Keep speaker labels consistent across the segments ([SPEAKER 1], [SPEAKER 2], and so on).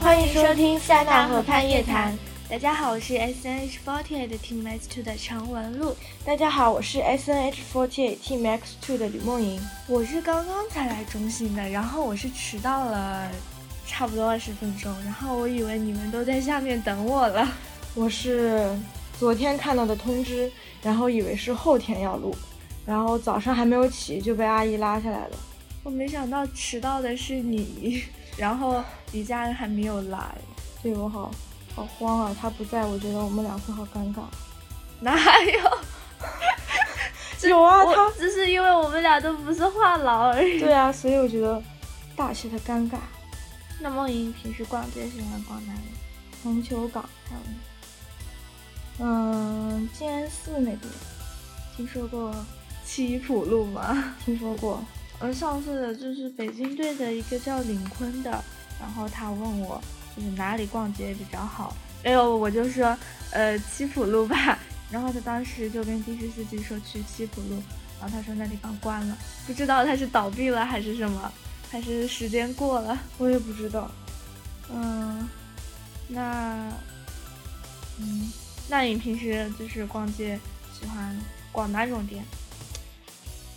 [SPEAKER 1] 欢迎收听塞纳河畔夜谈。
[SPEAKER 2] 大家好，我是 SNH48 Team X Two 的常文露，
[SPEAKER 1] 大家好，我是 SNH48 Team X Two 的吕梦莹。
[SPEAKER 2] 我是刚刚才来中心的，然后我是迟到了差不多二十分钟，然后我以为你们都在下面等我了。
[SPEAKER 1] 我是昨天看到的通知，然后以为是后天要录，然后早上还没有起就被阿姨拉下来了。
[SPEAKER 2] 我没想到迟到的是你， 然后李佳恩还没有来，
[SPEAKER 1] 对我好好慌啊！她不在，我觉得我们俩会好尴尬。
[SPEAKER 2] 哪有？
[SPEAKER 1] 有啊，
[SPEAKER 2] 我
[SPEAKER 1] 她
[SPEAKER 2] 只是因为我们俩都不是话痨而已。
[SPEAKER 1] 对啊，所以我觉得大写的尴尬。
[SPEAKER 2] 那梦莹平时逛街喜欢逛哪里？
[SPEAKER 1] 环球港，
[SPEAKER 2] 还有呢
[SPEAKER 1] 嗯，静安寺那边
[SPEAKER 2] 听说过七浦路吗？
[SPEAKER 1] 听说过，
[SPEAKER 2] 嗯，上次就是北京队的一个叫林坤的，然后他问我就是哪里逛街比较好，哎呦，我就说呃七浦路吧，然后他当时就跟的士司机说去七浦路，然后他说那地方关了，不知道他是倒闭了还是什么，还是时间过了。
[SPEAKER 1] 我也不知道。
[SPEAKER 2] 嗯，那嗯，那你平时就是逛街喜欢逛哪种店？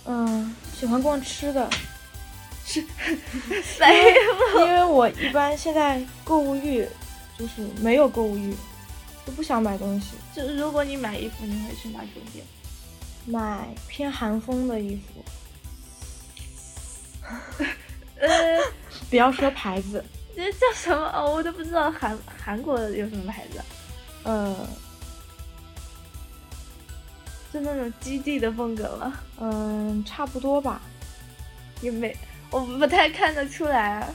[SPEAKER 1] 嗯，喜欢逛吃 的，
[SPEAKER 2] 谁？
[SPEAKER 1] 因为我一般现在购物欲就是没有购物欲，就不想买东西，
[SPEAKER 2] 就如果你买衣服，你会去哪种店？
[SPEAKER 1] 买偏韩风的衣服，
[SPEAKER 2] 呃，
[SPEAKER 1] 不要说牌子，
[SPEAKER 2] 这叫什么？哦，我都不知道韩韩国有什么牌子啊，
[SPEAKER 1] 呃
[SPEAKER 2] 就那种基地的风格吗？
[SPEAKER 1] 嗯、差不多吧，
[SPEAKER 2] 也没，我不太看得出来啊。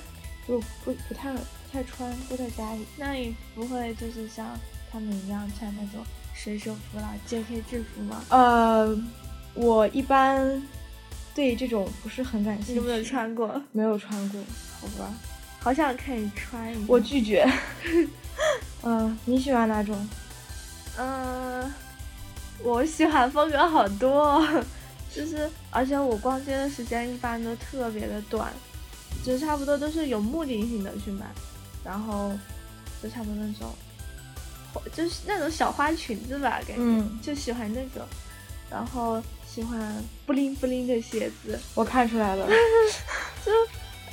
[SPEAKER 1] 就不不太不太穿，都在家里。
[SPEAKER 2] 那你不会就是像他们一样穿那种水手服啦、JK 制服吗？
[SPEAKER 1] 呃，我一般对这种不是很感
[SPEAKER 2] 你
[SPEAKER 1] 兴
[SPEAKER 2] 有
[SPEAKER 1] 趣，
[SPEAKER 2] 没有穿过？
[SPEAKER 1] 没有穿过，
[SPEAKER 2] 好吧，好想看你穿一下。
[SPEAKER 1] 我拒绝。 嗯、你喜欢哪种？
[SPEAKER 2] 嗯、我喜欢风格好多 哦，就是而且我逛街的时间一般都特别的短，就差不多都是有目的性的去买，然后就差不多那种，花就是那种小花裙子吧，感觉、
[SPEAKER 1] 嗯
[SPEAKER 2] 就喜欢那种，然后喜欢布灵布灵的鞋子，
[SPEAKER 1] 我看出来了，
[SPEAKER 2] 就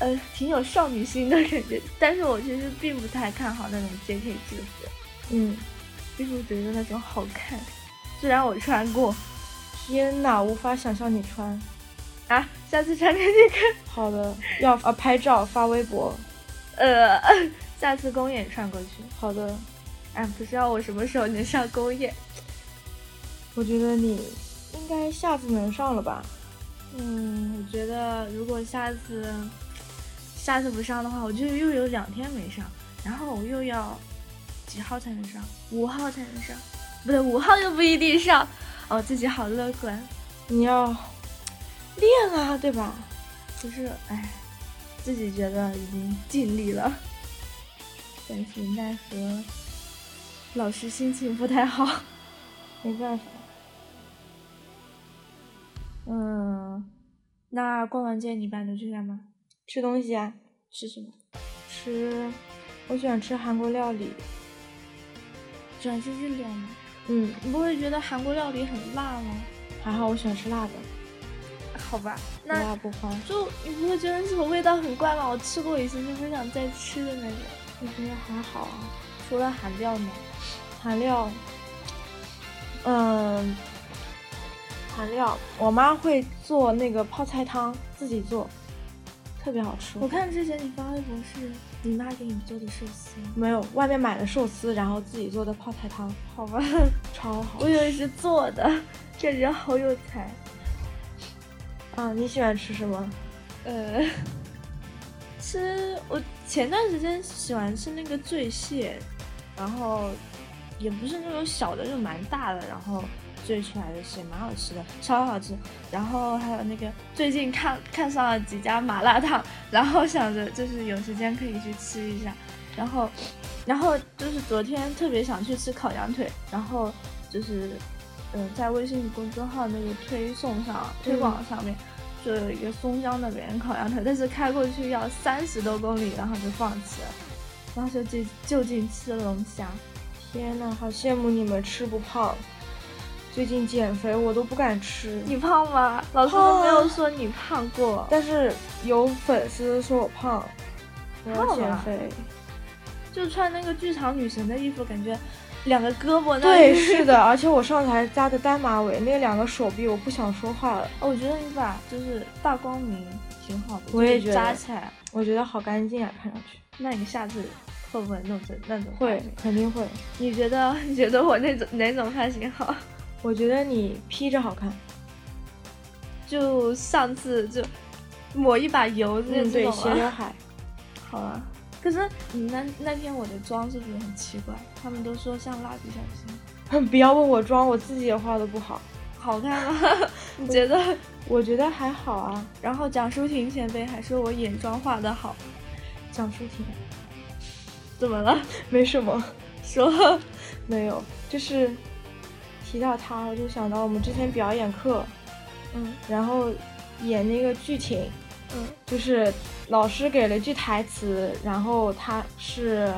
[SPEAKER 2] 呃挺有少女心的感觉，但是我其实并不太看好那种 JK 制服，
[SPEAKER 1] 嗯，
[SPEAKER 2] 并不觉得那种好看，虽然我穿过。
[SPEAKER 1] 天哪，无法想象你穿。
[SPEAKER 2] 啊，下次穿给你看。
[SPEAKER 1] 好的，要呃拍照发微博。
[SPEAKER 2] 呃， 下次公演穿过去。
[SPEAKER 1] 好的，
[SPEAKER 2] 哎，不知道我什么时候能上公演。
[SPEAKER 1] 我觉得你应该下次能上了吧？
[SPEAKER 2] 嗯，我觉得如果下次下次不上的话，我就又有两天没上，然后我又要几号才能上？五号才能上？不对，五号又不一定上。哦，自己好乐观。
[SPEAKER 1] 你要练啊，对吧？
[SPEAKER 2] 不是，哎，自己觉得已经尽力了，但是奈何老师心情不太好。
[SPEAKER 1] 没办法，
[SPEAKER 2] 嗯，那逛完街你一般都去干嘛？
[SPEAKER 1] 吃东西啊，
[SPEAKER 2] 吃什么？
[SPEAKER 1] 吃，我喜欢吃韩国料理。
[SPEAKER 2] 喜欢吃日料吗？
[SPEAKER 1] 嗯，
[SPEAKER 2] 你不会觉得韩国料理很辣吗？
[SPEAKER 1] 还好我喜欢吃辣的，
[SPEAKER 2] 好吧，
[SPEAKER 1] 不
[SPEAKER 2] 那
[SPEAKER 1] 辣不欢。
[SPEAKER 2] 就你不会觉得这种味道很怪吗？我吃过一次就不想再吃的那种。
[SPEAKER 1] 我觉得还好啊，
[SPEAKER 2] 除了韩料呢？
[SPEAKER 1] 韩料，嗯，韩料，我妈会做那个泡菜汤，自己做，特别好吃。
[SPEAKER 2] 我看之前你发微博是你妈给你做的寿司。
[SPEAKER 1] 没有，外面买的寿司，然后自己做的泡菜汤，
[SPEAKER 2] 好吧，
[SPEAKER 1] 超好
[SPEAKER 2] 我以为是做的， 这人好有才。
[SPEAKER 1] 啊！你喜欢吃什么？
[SPEAKER 2] 呃，吃我前段时间喜欢吃那个醉蟹，然后也不是那种小的，就蛮大的，然后醉出来的蟹蛮好吃的，超好吃。然后还有那个最近看看上了几家麻辣烫，然后想着就是有时间可以去吃一下，然后然后就是昨天特别想去吃烤羊腿，然后就是。嗯，在微信公众号那个推送上、推广上面，就有一个松江那边烤羊腿，但是开过去要三十多公里，然后就放弃了。当时就就近吃了龙虾。
[SPEAKER 1] 天呐，好羡慕你们吃不胖。最近减肥我都不敢吃，
[SPEAKER 2] 你胖吗？老师都没有说你胖过。
[SPEAKER 1] 但是有粉丝说我胖，我要
[SPEAKER 2] 胖
[SPEAKER 1] 减
[SPEAKER 2] 了
[SPEAKER 1] 肥。
[SPEAKER 2] 就穿那个剧场女神的衣服，感觉两个胳膊那
[SPEAKER 1] 对，
[SPEAKER 2] 里
[SPEAKER 1] 是的，而且我上次还扎的单马尾，那两个手臂我不想说话了，
[SPEAKER 2] 哦我觉得你把就是大光明挺好的，
[SPEAKER 1] 我也
[SPEAKER 2] 就是
[SPEAKER 1] 觉得
[SPEAKER 2] 扎起来。
[SPEAKER 1] 我觉得好干净啊，看上去。
[SPEAKER 2] 那你下次会不会弄成那种发
[SPEAKER 1] 会
[SPEAKER 2] 型？，
[SPEAKER 1] 肯定会。
[SPEAKER 2] 你觉得 你觉得我那种哪种发型好？
[SPEAKER 1] 我觉得你披着好看，
[SPEAKER 2] 就上次就抹一把油这
[SPEAKER 1] 嗯，
[SPEAKER 2] 这
[SPEAKER 1] 对，
[SPEAKER 2] 种
[SPEAKER 1] 斜
[SPEAKER 2] 啊
[SPEAKER 1] 刘海，
[SPEAKER 2] 好啊。可是你那那天我的妆是不是很奇怪？他们都说像蜡笔小新，
[SPEAKER 1] 不要问我妆，我自己也画的不好。
[SPEAKER 2] 好看吗？ 你觉得？
[SPEAKER 1] 我觉得还好啊，
[SPEAKER 2] 然后蒋舒婷前辈还说我眼妆画的好，
[SPEAKER 1] 蒋舒婷，
[SPEAKER 2] 怎么了？
[SPEAKER 1] 没什么，
[SPEAKER 2] 说
[SPEAKER 1] 没有，就是提到她，我就想到我们之前表演课，
[SPEAKER 2] 嗯
[SPEAKER 1] 然后演那个剧情，
[SPEAKER 2] 嗯
[SPEAKER 1] 就是老师给了一句台词，然后他是，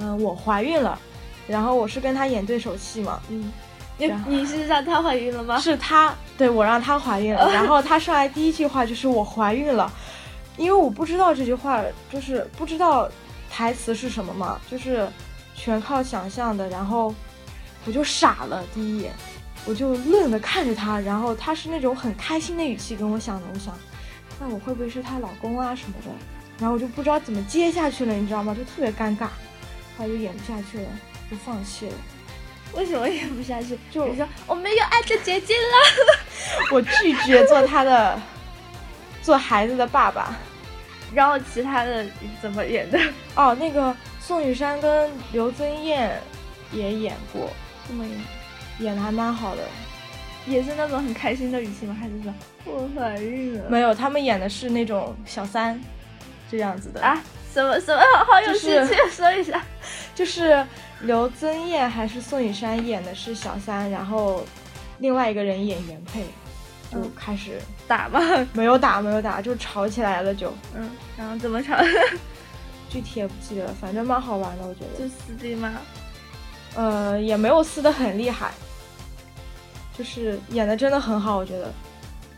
[SPEAKER 1] 嗯、我怀孕了，然后我是跟他演对手戏嘛，
[SPEAKER 2] 嗯，你
[SPEAKER 1] 然后
[SPEAKER 2] 你是让她怀孕了吗？
[SPEAKER 1] 是他对我让他怀孕了，然后他上来第一句话就是我怀孕了，因为我不知道这句话就是不知道台词是什么嘛，就是全靠想象的，然后我就傻了，第一眼我就愣的看着他，然后他是那种很开心的语气跟我讲的，我想那我会不会是她老公啊什么的，然后我就不知道怎么接下去了，你知道吗？就特别尴尬，后来就演不下去了，就放弃了。
[SPEAKER 2] 为什么演不下去？
[SPEAKER 1] 就
[SPEAKER 2] 你说我没有爱的结晶了。
[SPEAKER 1] 我拒绝做他的，做孩子的爸爸。
[SPEAKER 2] 然后其他的你怎么演的？
[SPEAKER 1] 哦，那个宋雨山跟刘尊燕也演过，
[SPEAKER 2] 怎么演？
[SPEAKER 1] 演的还蛮好的。
[SPEAKER 2] 也是那种很开心的语气吗？还是说我怀孕了？
[SPEAKER 1] 没有，他们演的是那种小三这样子的，
[SPEAKER 2] 啊？什么什么？好有
[SPEAKER 1] 就
[SPEAKER 2] 兴
[SPEAKER 1] 是
[SPEAKER 2] 趣，啊说 一下。
[SPEAKER 1] 就是刘尊燕还是宋雨山演的是小三，然后另外一个人演原配，就
[SPEAKER 2] 嗯
[SPEAKER 1] 开始、
[SPEAKER 2] 打吧，
[SPEAKER 1] 没有打没有打，就吵起来了就，
[SPEAKER 2] 嗯，然后怎 么吵？
[SPEAKER 1] 具体也不记得了，反正蛮好玩的，我觉得。
[SPEAKER 2] 就撕逼吗？
[SPEAKER 1] 呃，也没有撕的很厉害，就是演的真的很好，我觉得。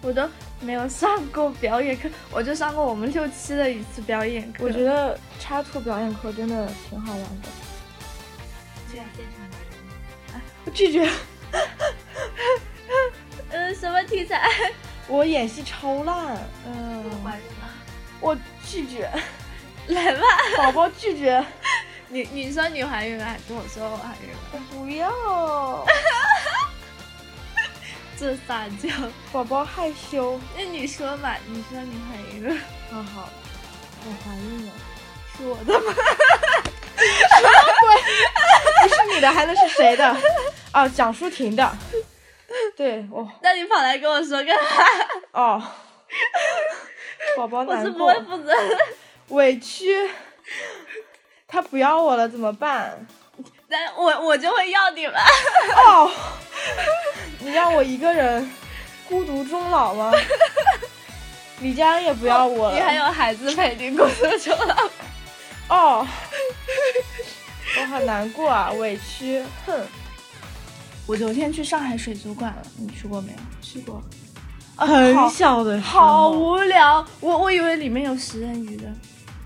[SPEAKER 2] 我都没有上过表演课，我就上过我们六期的一次表演课。
[SPEAKER 1] 我觉得插图表演课真的挺好玩的。我拒绝，
[SPEAKER 2] 嗯，什么题材？
[SPEAKER 1] 我演戏超烂，嗯，
[SPEAKER 2] 孕了，
[SPEAKER 1] 我拒绝，
[SPEAKER 2] 来吧。
[SPEAKER 1] 宝宝拒绝，
[SPEAKER 2] 你你说你怀孕了，还跟我说我怀孕了，
[SPEAKER 1] 我不要，
[SPEAKER 2] 这撒娇。
[SPEAKER 1] 宝宝害羞。
[SPEAKER 2] 那你说嘛，你说你怀孕了，
[SPEAKER 1] 啊好，我怀孕了，
[SPEAKER 2] 是我的 吗？
[SPEAKER 1] 不是你的还能是谁的？啊，蒋舒婷的。对，我
[SPEAKER 2] 那你跑来跟我说干嘛？
[SPEAKER 1] 哦，宝宝
[SPEAKER 2] 我
[SPEAKER 1] 难
[SPEAKER 2] 是不
[SPEAKER 1] 过
[SPEAKER 2] 会，负责的。
[SPEAKER 1] 委屈， 他不要我了怎么办？
[SPEAKER 2] 但我我就会要你们。
[SPEAKER 1] 哦，你让我一个人孤独终老吗？ 李佳恩也不要我了。
[SPEAKER 2] 哦你还有孩子陪你过多久了？
[SPEAKER 1] 哦，我好难过啊，委屈，哼。
[SPEAKER 2] 我昨天去上海水族馆了，你去过没有？
[SPEAKER 1] 去过，
[SPEAKER 2] 好
[SPEAKER 1] 很小的时候，
[SPEAKER 2] 好无聊，我我以为里面有食人鱼的。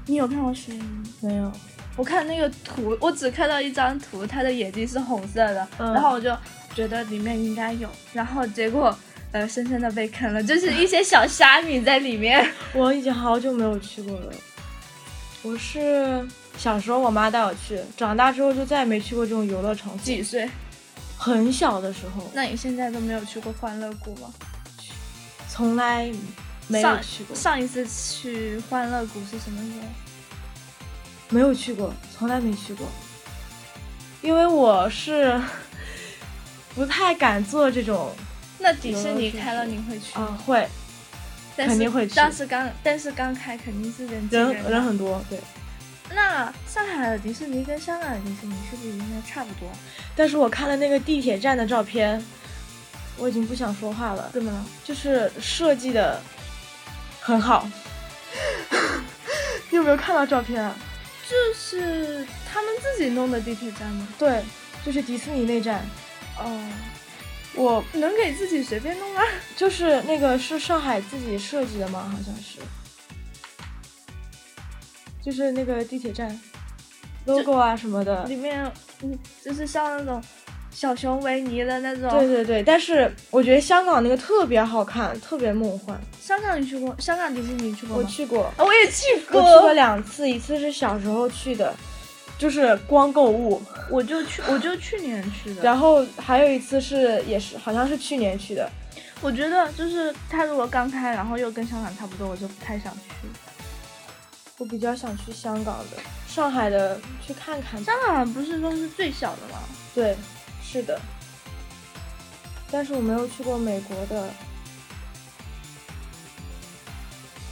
[SPEAKER 2] 你有看过食人鱼吗？
[SPEAKER 1] 没有。
[SPEAKER 2] 我看那个图，我只看到一张图，它的眼睛是红色的，
[SPEAKER 1] 嗯
[SPEAKER 2] 然后我就觉得里面应该有，然后结果呃深深的被坑了，就是一些小虾米在里面。
[SPEAKER 1] 我已经好久没有去过了。我是小时候我妈带我去，长大之后就再也没去过这种游乐场所。
[SPEAKER 2] 几岁？
[SPEAKER 1] 很小的时候，
[SPEAKER 2] 那你现在都没有去过欢乐谷吗？
[SPEAKER 1] 从来没有
[SPEAKER 2] 上
[SPEAKER 1] 去过，
[SPEAKER 2] 上一次去欢乐谷是什么时候？
[SPEAKER 1] 没有去过，从来没去过，因为我是 不太敢做这种
[SPEAKER 2] 那迪士尼
[SPEAKER 1] 有
[SPEAKER 2] 开了你会去？
[SPEAKER 1] 啊，会
[SPEAKER 2] 但是
[SPEAKER 1] 肯定会去
[SPEAKER 2] 但是刚但是刚开肯定是人挤
[SPEAKER 1] 人
[SPEAKER 2] 的
[SPEAKER 1] 人很多，对。
[SPEAKER 2] 那上海的迪士尼跟香港的迪士尼是不是应该差不多？
[SPEAKER 1] 但是我看了那个地铁站的照片，我已经不想说话了，
[SPEAKER 2] 怎么了？
[SPEAKER 1] 就是设计 的很好。你有没有看到照片啊？
[SPEAKER 2] 就是他们自己弄的地铁站吗？
[SPEAKER 1] 对，就是迪士尼那站，
[SPEAKER 2] 哦，
[SPEAKER 1] 我
[SPEAKER 2] 能给自己随便弄吗？
[SPEAKER 1] 就是那个是上海自己设计的吗？好像是，就是那个地铁站 logo 啊什么的。
[SPEAKER 2] 里面，嗯，就是像那种小熊维尼的那种。
[SPEAKER 1] 对对对，但是我觉得香港那个特别好看，特别梦幻。
[SPEAKER 2] 香港你去过？香港迪士尼你去过
[SPEAKER 1] 我
[SPEAKER 2] 吗？
[SPEAKER 1] 去过，
[SPEAKER 2] 啊，我也去
[SPEAKER 1] 我
[SPEAKER 2] 过，
[SPEAKER 1] 去过两次，一次是小时候去的，就是光购物，
[SPEAKER 2] 我就去，我就去年去的。
[SPEAKER 1] 然后还有一次是也是好像是去年去的，
[SPEAKER 2] 我觉得就是它如果刚开，然后又跟香港差不多，我就不太想去。
[SPEAKER 1] 我比较想去香港的，上海的去看看。
[SPEAKER 2] 香港不是说是最小的吗？
[SPEAKER 1] 对，是的。但是我没有去过美国的，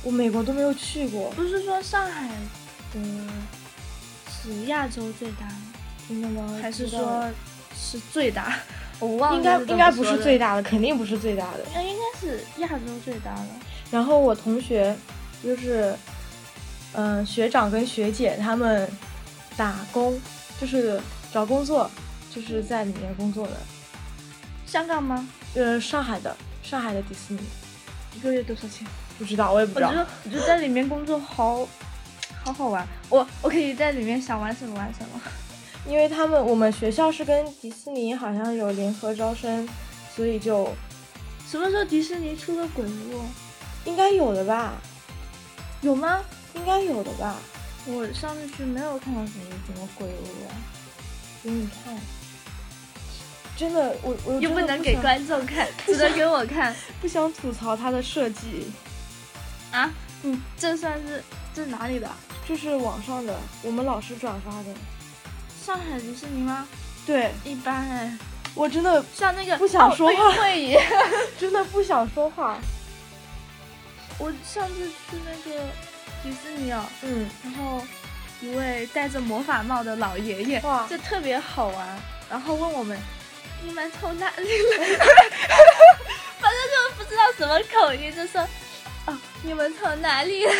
[SPEAKER 1] 我美国都没有去过，
[SPEAKER 2] 不是说上海的是亚洲最大吗？
[SPEAKER 1] 真的吗？
[SPEAKER 2] 还是
[SPEAKER 1] 不知道
[SPEAKER 2] 说是最大？ 我忘了
[SPEAKER 1] 应该
[SPEAKER 2] 是怎么
[SPEAKER 1] 应该不是
[SPEAKER 2] 说的
[SPEAKER 1] 最，大的，肯定不是最大的。
[SPEAKER 2] 那应该是亚洲最大了。
[SPEAKER 1] 然后我同学就是，嗯、学长跟学姐他们打工，就是找工作，就是在里面工作的，
[SPEAKER 2] 香港吗？
[SPEAKER 1] 呃，上海的上海的迪士尼，
[SPEAKER 2] 一个月多少钱？
[SPEAKER 1] 不知道，我也不
[SPEAKER 2] 我
[SPEAKER 1] 知道
[SPEAKER 2] 觉。得我觉得在里面工作好，好好玩。我我可以在里面想玩什么玩什么。
[SPEAKER 1] 因为他们我们学校是跟迪士尼好像有联合招生，所以就
[SPEAKER 2] 什么时候迪士尼出个鬼屋？
[SPEAKER 1] 应该有的吧，
[SPEAKER 2] 有吗？
[SPEAKER 1] 应该有的吧，
[SPEAKER 2] 我上次去没有看到什么什么鬼屋啊，
[SPEAKER 1] 给你看。真的，我我真的
[SPEAKER 2] 又不能给
[SPEAKER 1] 想
[SPEAKER 2] 观众 看，只能给我看
[SPEAKER 1] 不想吐槽它的设计，
[SPEAKER 2] 啊！嗯，这算是这是哪里的？啊
[SPEAKER 1] 就是网上的我们老师转发的。
[SPEAKER 2] 上海迪士尼吗？
[SPEAKER 1] 对
[SPEAKER 2] 一般哎，
[SPEAKER 1] 我真的
[SPEAKER 2] 像那个
[SPEAKER 1] 不想说话
[SPEAKER 2] 奥运会一样。
[SPEAKER 1] 真的不想说话。
[SPEAKER 2] 我上次去那个迪士尼哦，
[SPEAKER 1] 嗯，
[SPEAKER 2] 然后一位戴着魔法帽的老爷爷
[SPEAKER 1] 哇，
[SPEAKER 2] 就特别好玩，然后问我们你们从哪里来， 反正就不知道什么口音，就说哦你们从哪里来，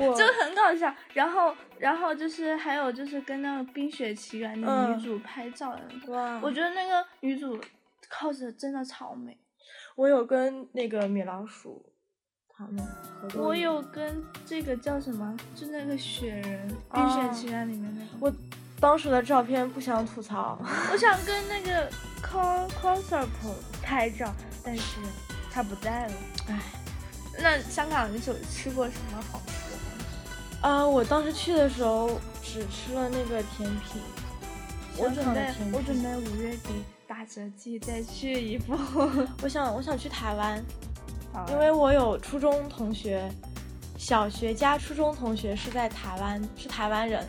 [SPEAKER 1] 我
[SPEAKER 2] 就很搞笑。然后然后就是还有就是跟那个《冰雪奇缘》的
[SPEAKER 1] 嗯
[SPEAKER 2] 女主拍照的，
[SPEAKER 1] 哇，
[SPEAKER 2] 我
[SPEAKER 1] 我
[SPEAKER 2] 觉得那个女主 cos 真的超美。
[SPEAKER 1] 我有跟那个米老鼠他们合作，
[SPEAKER 2] 我有跟这个叫什么，就那个雪人，《冰雪奇缘》里面那个。
[SPEAKER 1] 我当时的照片不想吐槽。
[SPEAKER 2] 我想跟那个 Call Concert 拍照，但是他不在了。
[SPEAKER 1] 唉，
[SPEAKER 2] 那香港你有吃过什么好吃的吗？
[SPEAKER 1] 啊、我当时去的时候只吃了那个甜品，
[SPEAKER 2] 我
[SPEAKER 1] 香
[SPEAKER 2] 准
[SPEAKER 1] 港的
[SPEAKER 2] 备
[SPEAKER 1] 甜
[SPEAKER 2] 我
[SPEAKER 1] 品
[SPEAKER 2] 准备五月底打折季再去一波，
[SPEAKER 1] 我想我想去台湾，
[SPEAKER 2] 好啊
[SPEAKER 1] 因为我有初中同学，小学加初中同学是在台湾，是台湾人，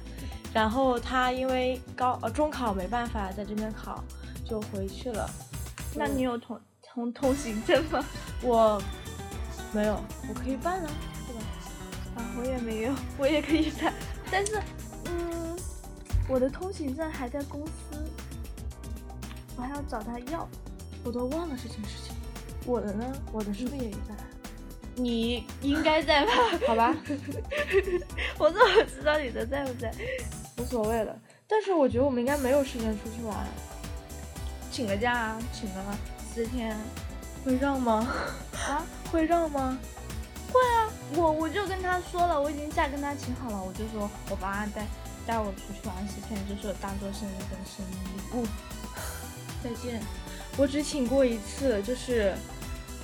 [SPEAKER 1] 然后他因为高呃中考没办法在这边考，就回去了。
[SPEAKER 2] 那你有同同通行证吗？
[SPEAKER 1] 我没有，我可以办啊，对吧？
[SPEAKER 2] 啊，我也没有， 我也可以办，但是，嗯，我的通行证还在公司，我还要找他要。
[SPEAKER 1] 我都忘了这件事情。我的呢？我的是不是也在？
[SPEAKER 2] 你应该在吧？
[SPEAKER 1] 好 吧，
[SPEAKER 2] 我怎么知道你的在不在？
[SPEAKER 1] 无所谓了。但是我觉得我们应该没有时间出去玩，
[SPEAKER 2] 请个假啊，请个十天
[SPEAKER 1] 会让吗？
[SPEAKER 2] 啊！
[SPEAKER 1] 会让吗？
[SPEAKER 2] 我我就跟他说了，我已经假跟他请好了，我就说我帮他带带我出去玩十天，就是当做生日跟生日礼 物。
[SPEAKER 1] 再见。我只请过一次，就是，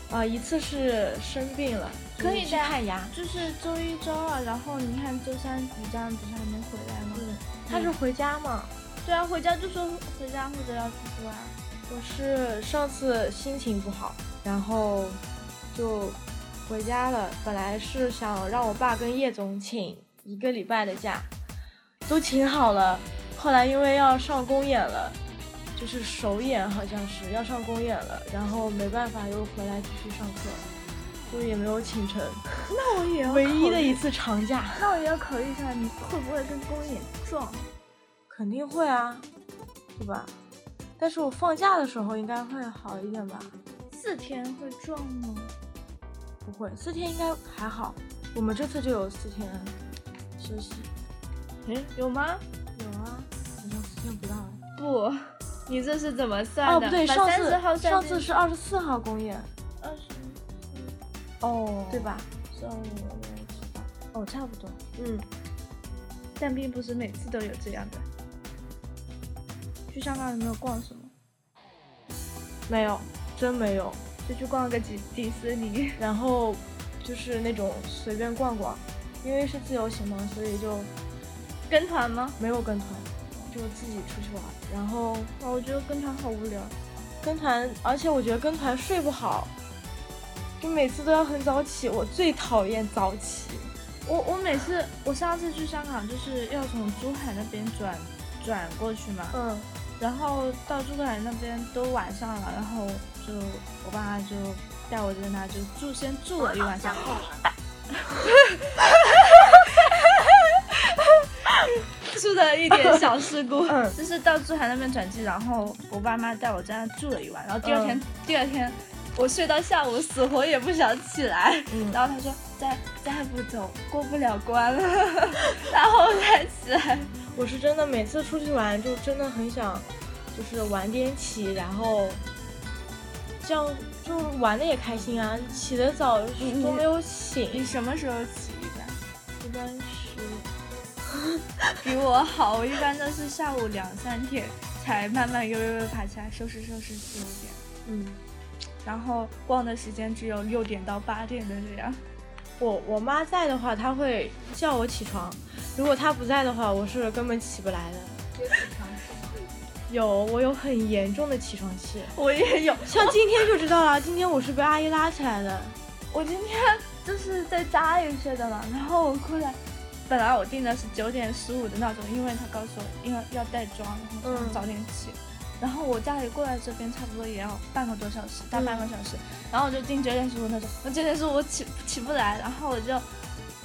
[SPEAKER 1] 啊、一次是生病了，
[SPEAKER 2] 可
[SPEAKER 1] 就
[SPEAKER 2] 以嗯
[SPEAKER 1] 是去
[SPEAKER 2] 的呀
[SPEAKER 1] 看牙。
[SPEAKER 2] 就是周一周二，然后你看周三你这样不是还没回来吗？
[SPEAKER 1] 嗯，他是回家嘛？
[SPEAKER 2] 对啊，回家就说回家或者要出去玩。
[SPEAKER 1] 我是上次心情不好，然后就回家了。本来是想让我爸跟叶总请一个礼拜的假，都请好了。后来因为要上公演了，就是首演好像是要上公演了，然后没办法又回来继续上课，就也没有请成。
[SPEAKER 2] 那我也要
[SPEAKER 1] 唯一的一，次长假，
[SPEAKER 2] 那我也要考虑一下，你会不会跟公演撞？
[SPEAKER 1] 肯定会啊，对吧？但是我放假的时候应该会好一点吧？
[SPEAKER 2] 四天会撞吗？
[SPEAKER 1] 不会，四天应该还好。我们这次就有四天休息，
[SPEAKER 2] 哎，有吗？
[SPEAKER 1] 有啊，好像时间不到了。
[SPEAKER 2] 不，你这是怎么算的？
[SPEAKER 1] 哦，不对，
[SPEAKER 2] 把
[SPEAKER 1] 上
[SPEAKER 2] 30号
[SPEAKER 1] 次
[SPEAKER 2] 算
[SPEAKER 1] 上
[SPEAKER 2] 进
[SPEAKER 1] 次
[SPEAKER 2] 去
[SPEAKER 1] 是二十四号公演，
[SPEAKER 2] 二十，
[SPEAKER 1] 哦，
[SPEAKER 2] 对？吧？算我没有知道。
[SPEAKER 1] 哦，差不多。
[SPEAKER 2] 嗯，但并不是每次都有这样的。去香港有没有逛什么？
[SPEAKER 1] 没有，真没有。
[SPEAKER 2] 就去逛个迪迪士尼。
[SPEAKER 1] 然后就是那种随便逛逛，因为是自由行嘛，所以就
[SPEAKER 2] 跟团吗？
[SPEAKER 1] 没有跟团，就自己出去玩。然后
[SPEAKER 2] 啊，我觉得跟团好无聊。
[SPEAKER 1] 跟团，而且我觉得跟团睡不好，就每次都要很早起，我最讨厌早起。
[SPEAKER 2] 我我每次我上次去香港就是要从珠海那边转转过去嘛，
[SPEAKER 1] 嗯，
[SPEAKER 2] 然后到珠海那边都晚上了，然后就我爸就带我在那就住先住了一晚 上。出了一点小事故，
[SPEAKER 1] 嗯
[SPEAKER 2] 就是到珠海那边转机，然后我爸妈带我在那住了一晚，然后第二天、第二天我睡到下午，死活也不想起来，
[SPEAKER 1] 嗯
[SPEAKER 2] 然后他说再再不走过不了关了， 然后才起来。
[SPEAKER 1] 我是真的每次出去玩就真的很想，就是晚点起，然后这样就玩的也开心啊。起得早都没有
[SPEAKER 2] 你
[SPEAKER 1] 醒，
[SPEAKER 2] 什么时候起一般？
[SPEAKER 1] 一般是
[SPEAKER 2] 比我好，我一般都是下午两三点才慢慢悠悠悠爬起来，收拾收拾四五点，
[SPEAKER 1] 嗯。
[SPEAKER 2] 然后逛的时间只有六点到八点的这样。
[SPEAKER 1] 我我妈在的话，她会叫我起床；如果她不在的话，我是根本起不来的。有，我有很严重的起床气，
[SPEAKER 2] 我也有，
[SPEAKER 1] 像今天就知道了。今天我是被阿姨拉起来的，
[SPEAKER 2] 我今天就是在家里睡的嘛，然后我过来，本来我定的是九点十五的闹钟，因为他告诉我因为要带妆，然后想
[SPEAKER 1] 嗯
[SPEAKER 2] 早点起。然后我家里过来这边差不多也要半个多小时，大半个小时。然后我就定九点十五那种，我九点十五我起起不来，然后我就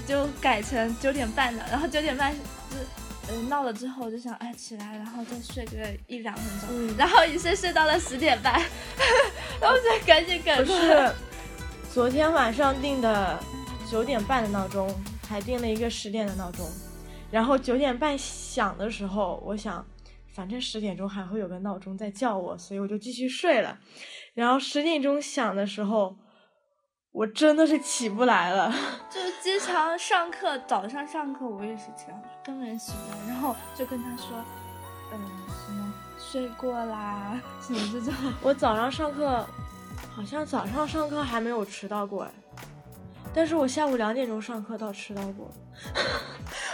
[SPEAKER 2] 就改成九点半的。然后九点半就是呃闹了之后，我就想哎起来，然后再睡个一两分钟。
[SPEAKER 1] 嗯
[SPEAKER 2] 然后一睡睡到了十点半， 然后我就赶紧赶
[SPEAKER 1] 我
[SPEAKER 2] 过
[SPEAKER 1] 是昨天晚上定的九点半的闹钟，还定了一个十点的闹钟。然后九点半响的时候，我想，反正十点钟还会有个闹钟在叫我，所以我就继续睡了。然后十点钟响的时候，我真的是起不来了。
[SPEAKER 2] 就是经常上课，早上上课我也是这样，根本起不来，然后就跟他说，嗯，什么睡过啦，什么这种，
[SPEAKER 1] 我早上上课，好像早上上课还没有迟到过哎，但是我下午两点钟上课倒迟到过。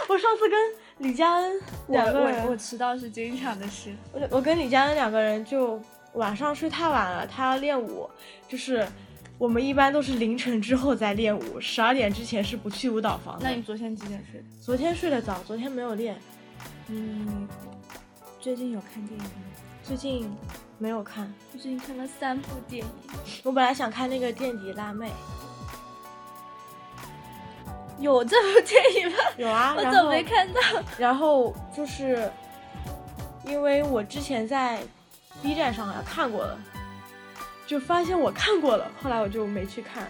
[SPEAKER 1] 我上次跟李佳恩
[SPEAKER 2] 我
[SPEAKER 1] 两个人，
[SPEAKER 2] 我我迟到是经常的事，
[SPEAKER 1] 我我跟李佳恩两个人就晚上睡太晚了，他要练舞，就是我们一般都是凌晨之后再练舞，十二点之前是不去舞蹈房的
[SPEAKER 2] 那。你昨天几点睡的？
[SPEAKER 1] 昨天睡得早，昨天没有练，
[SPEAKER 2] 嗯，最近有看电影吗？
[SPEAKER 1] 最近没有看。
[SPEAKER 2] 我最近看了三部电影，
[SPEAKER 1] 我本来想看那个《垫底辣妹
[SPEAKER 2] 有这部电影吗？》，
[SPEAKER 1] 有啊，
[SPEAKER 2] 我
[SPEAKER 1] 然
[SPEAKER 2] 怎
[SPEAKER 1] 后
[SPEAKER 2] 么没看到？
[SPEAKER 1] 然后就是因为我之前在 B 站上好像啊看过了，就发现我看过了，后来我就没去看。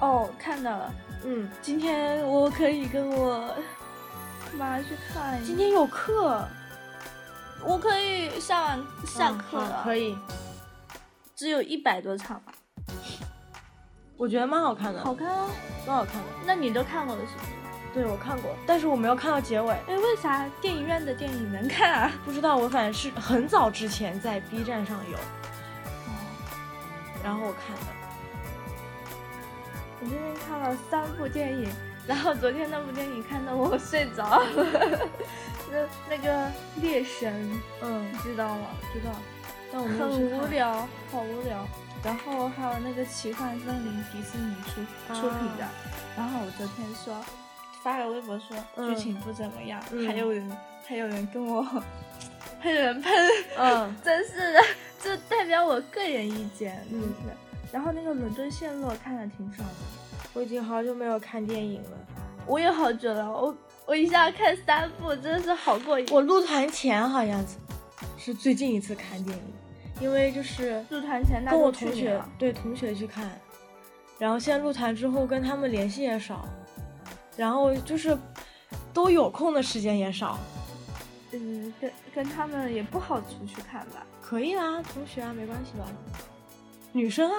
[SPEAKER 2] 哦，看到了，
[SPEAKER 1] 嗯，
[SPEAKER 2] 今天我可以跟我妈去看一下，
[SPEAKER 1] 今天有课，
[SPEAKER 2] 我可以下完下课
[SPEAKER 1] 嗯好
[SPEAKER 2] 了，
[SPEAKER 1] 可以，
[SPEAKER 2] 只有一百多场吧，
[SPEAKER 1] 我觉得蛮好看的，
[SPEAKER 2] 好看啊。
[SPEAKER 1] 蛮好看的。
[SPEAKER 2] 那你都看过的是不是？
[SPEAKER 1] 对，我看过，但是我没有看到结尾，
[SPEAKER 2] 哎，为啥电影院的电影能看啊？
[SPEAKER 1] 不知道我反正是很早之前在 B 站上有，
[SPEAKER 2] 哦
[SPEAKER 1] 然后我看的。
[SPEAKER 2] 我今天看了三部电影，然后昨天那部电影看得我睡着了。 那那个猎神，
[SPEAKER 1] 嗯
[SPEAKER 2] 你，知道吗？知道，
[SPEAKER 1] 但我没有
[SPEAKER 2] 很
[SPEAKER 1] 去看
[SPEAKER 2] 无。聊，好无聊。然后还有那个奇幻森林，迪士尼出
[SPEAKER 1] 啊
[SPEAKER 2] 出品的。然后我昨天说，发个微博说、
[SPEAKER 1] 嗯
[SPEAKER 2] 剧情不怎么样，
[SPEAKER 1] 嗯
[SPEAKER 2] 还有人还有人跟我， 还有人喷。
[SPEAKER 1] 嗯，
[SPEAKER 2] 真是的，就代表我个人意见。
[SPEAKER 1] 嗯
[SPEAKER 2] 嗯，然后那个伦敦陷落看的挺爽的，
[SPEAKER 1] 我已经好久没有看电影了。
[SPEAKER 2] 我也好久了，我我一下看三部，真的是好过瘾。
[SPEAKER 1] 我入团前好像是最近一次看电影，因为就是
[SPEAKER 2] 入团前那
[SPEAKER 1] 跟我
[SPEAKER 2] 就去
[SPEAKER 1] 同
[SPEAKER 2] 年
[SPEAKER 1] 学
[SPEAKER 2] 了
[SPEAKER 1] 对同学去看，然后现在入团之后跟他们联系也少，然后就是都有空的时间也少。
[SPEAKER 2] 嗯，跟跟他们也不好出去看吧。
[SPEAKER 1] 可以啊，同学啊，没关系吧？女生啊，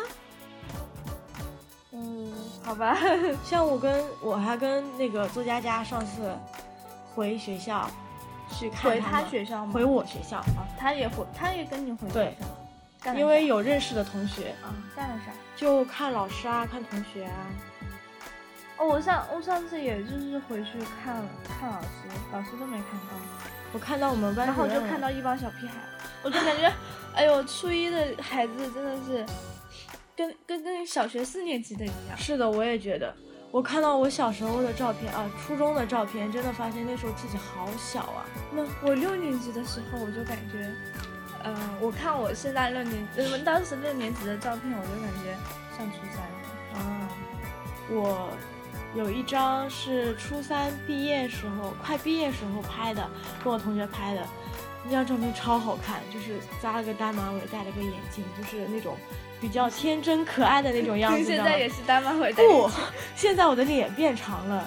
[SPEAKER 2] 嗯，好吧，
[SPEAKER 1] 像我跟我还跟那个作家家上次回学校 去看
[SPEAKER 2] 回
[SPEAKER 1] 们
[SPEAKER 2] 他学校吗？
[SPEAKER 1] 回我学校，
[SPEAKER 2] 啊，他也回，他也跟你回
[SPEAKER 1] 对
[SPEAKER 2] 学校。干了
[SPEAKER 1] 因为
[SPEAKER 2] 啥
[SPEAKER 1] 有认识的同学，
[SPEAKER 2] 啊，干了啥？
[SPEAKER 1] 就看老师啊，看同学啊。
[SPEAKER 2] 哦，我上我上次也就是回去看看老师，老师都没看到，
[SPEAKER 1] 我看到我们班
[SPEAKER 2] 然
[SPEAKER 1] 主
[SPEAKER 2] 后
[SPEAKER 1] 任
[SPEAKER 2] 我
[SPEAKER 1] 了，
[SPEAKER 2] 就看到一帮小屁孩，我就感觉，哎呦，初一的孩子真的是跟跟跟小学四年级的一样。
[SPEAKER 1] 是的，我也觉得。我看到我小时候的照片啊，初中的照片，真的发现那时候自己好小啊。
[SPEAKER 2] 那我六年级的时候，我就感觉，呃，我看我现在六年，呃，当时六年级的照片，我就感觉像初三了。
[SPEAKER 1] 啊，我有一张是初三毕业时候，快毕业时候拍的，跟我同学拍的，那张照片超好看，就是扎了个单马尾，戴了个眼镜，就是那种比较天真可爱的那种样
[SPEAKER 2] 你
[SPEAKER 1] 子。
[SPEAKER 2] 现
[SPEAKER 1] 你知道
[SPEAKER 2] 在
[SPEAKER 1] 吗
[SPEAKER 2] 也是单马尾带
[SPEAKER 1] 不，现在我的脸变长了，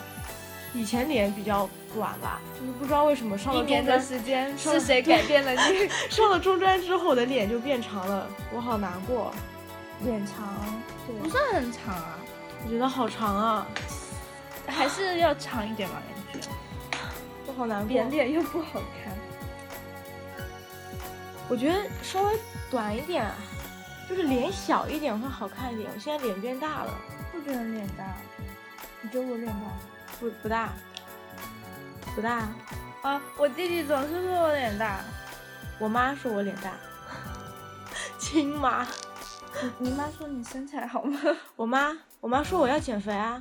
[SPEAKER 1] 以前脸比较短吧，就是不知道为什么上
[SPEAKER 2] 一
[SPEAKER 1] 了
[SPEAKER 2] 年
[SPEAKER 1] 中
[SPEAKER 2] 的
[SPEAKER 1] 专，
[SPEAKER 2] 时间
[SPEAKER 1] 上
[SPEAKER 2] 是谁改变了 你？
[SPEAKER 1] 上了中专之后我的脸就变长了，我好难过，
[SPEAKER 2] 脸长不
[SPEAKER 1] 对，
[SPEAKER 2] 算很长啊，
[SPEAKER 1] 我觉得好长啊，
[SPEAKER 2] 还是要长一点吧，啊感觉。
[SPEAKER 1] 我好难过。
[SPEAKER 2] 扁脸又不好看。
[SPEAKER 1] 我觉得稍微短一点，就是脸小一点会好看一点。我现在脸变大了，
[SPEAKER 2] 不觉得脸大？啊你觉得我脸大？
[SPEAKER 1] 不不大，不大。
[SPEAKER 2] 啊，我弟弟总是说我脸大。
[SPEAKER 1] 我妈说我脸大， 亲妈。
[SPEAKER 2] 你妈说你身材好吗？
[SPEAKER 1] 我妈我妈说我要减肥啊。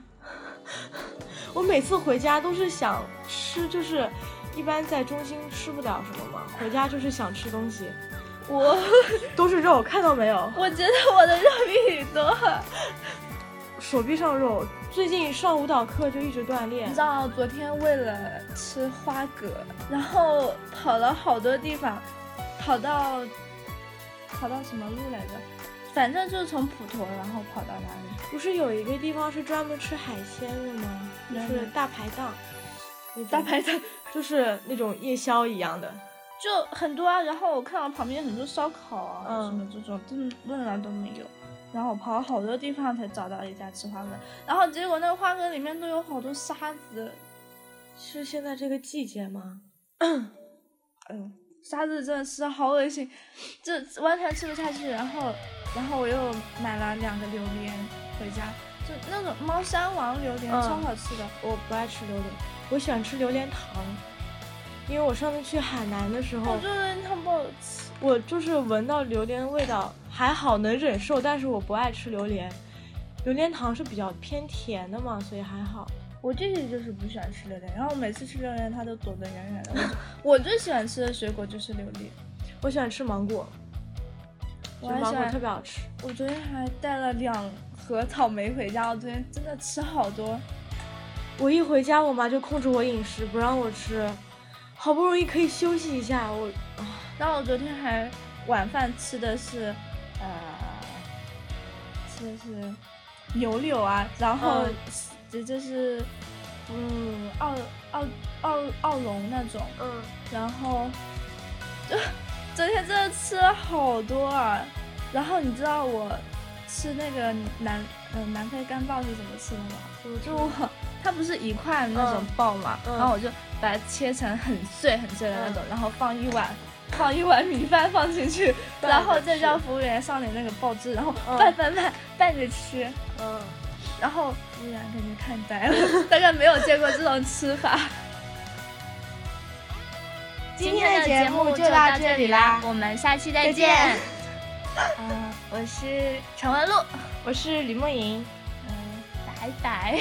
[SPEAKER 1] 我每次回家都是想吃，就是一般在中心吃不了什么嘛，回家就是想吃东西，
[SPEAKER 2] 我
[SPEAKER 1] 都是肉，看到没有？
[SPEAKER 2] 我觉得我的肉比你多。
[SPEAKER 1] 手臂上肉。最近上舞蹈课就一直锻
[SPEAKER 2] 你
[SPEAKER 1] 炼
[SPEAKER 2] 知，道昨天为了吃花蛤，然后跑了好多地方，跑到跑到什么路来着？反正就是从普陀，然后跑到哪里？
[SPEAKER 1] 不是有一个地方是专门吃海鲜的吗？就
[SPEAKER 2] 哪里
[SPEAKER 1] 是大排档，那种
[SPEAKER 2] 大排档
[SPEAKER 1] 就是那种夜宵一样的。
[SPEAKER 2] 就很多啊。然后我看到旁边很多烧烤啊、
[SPEAKER 1] 嗯
[SPEAKER 2] 什么这种，真的问了都没有。然后我跑了好多地方才找到一家吃花蛤，然后结果那个花蛤里面都有好多沙子，
[SPEAKER 1] 是现在这个季节吗？
[SPEAKER 2] 哎呦，沙子真的吃的好恶心，这完全吃不下去。然后，然后我又买了两个榴莲回家，就那种猫山王榴莲、
[SPEAKER 1] 嗯
[SPEAKER 2] 超好吃的。
[SPEAKER 1] 我不爱吃榴莲，我喜欢吃榴莲糖。因为我上次去海南的时
[SPEAKER 2] 我
[SPEAKER 1] 候，
[SPEAKER 2] 就觉得它不好吃，
[SPEAKER 1] 我就是闻到榴莲味道，还好能忍受，但是我不爱吃榴莲。榴莲糖是比较偏甜的嘛，所以还好。
[SPEAKER 2] 我弟弟就是不喜欢吃榴莲，然后每次吃榴莲他都躲得远远的。我就我最喜欢吃的水果就是榴莲，
[SPEAKER 1] 我喜欢吃芒果，
[SPEAKER 2] 我
[SPEAKER 1] 就
[SPEAKER 2] 还
[SPEAKER 1] 芒
[SPEAKER 2] 喜
[SPEAKER 1] 果
[SPEAKER 2] 欢
[SPEAKER 1] 特别好吃。
[SPEAKER 2] 我昨天还带了两盒草莓回家，我昨天真的吃好多。
[SPEAKER 1] 我一回家，我妈就控制我饮食，不让我吃。好不容易可以休息一下，我
[SPEAKER 2] 然后我昨天还晚饭吃的是，呃，吃的是牛柳啊，然后
[SPEAKER 1] 嗯
[SPEAKER 2] 这就是嗯奥奥奥奥龙那种，
[SPEAKER 1] 嗯，
[SPEAKER 2] 然后就昨天真的吃了好多啊。然后你知道我吃那个南呃南非干鲍是怎么吃的吗？
[SPEAKER 1] 我
[SPEAKER 2] 就我它不是一块那种爆嘛，
[SPEAKER 1] 嗯嗯
[SPEAKER 2] 然后我就把它切成很碎很碎的那种，
[SPEAKER 1] 嗯
[SPEAKER 2] 然后放一碗。 放一碗米饭放进去，
[SPEAKER 1] 拌着
[SPEAKER 2] 然后再
[SPEAKER 1] 吃
[SPEAKER 2] 叫服务员上点那个爆汁，然后
[SPEAKER 1] 嗯
[SPEAKER 2] 拌拌拌拌着吃，
[SPEAKER 1] 嗯，
[SPEAKER 2] 然后服务员感觉看呆了， 大概没有见过这种吃 法。
[SPEAKER 3] 今天的节目就到这里啦，我们下期再见。
[SPEAKER 1] 再
[SPEAKER 2] 啊，我是
[SPEAKER 3] 陈文璐，
[SPEAKER 1] 我是李梦莹。
[SPEAKER 2] 嗯、
[SPEAKER 3] 拜拜。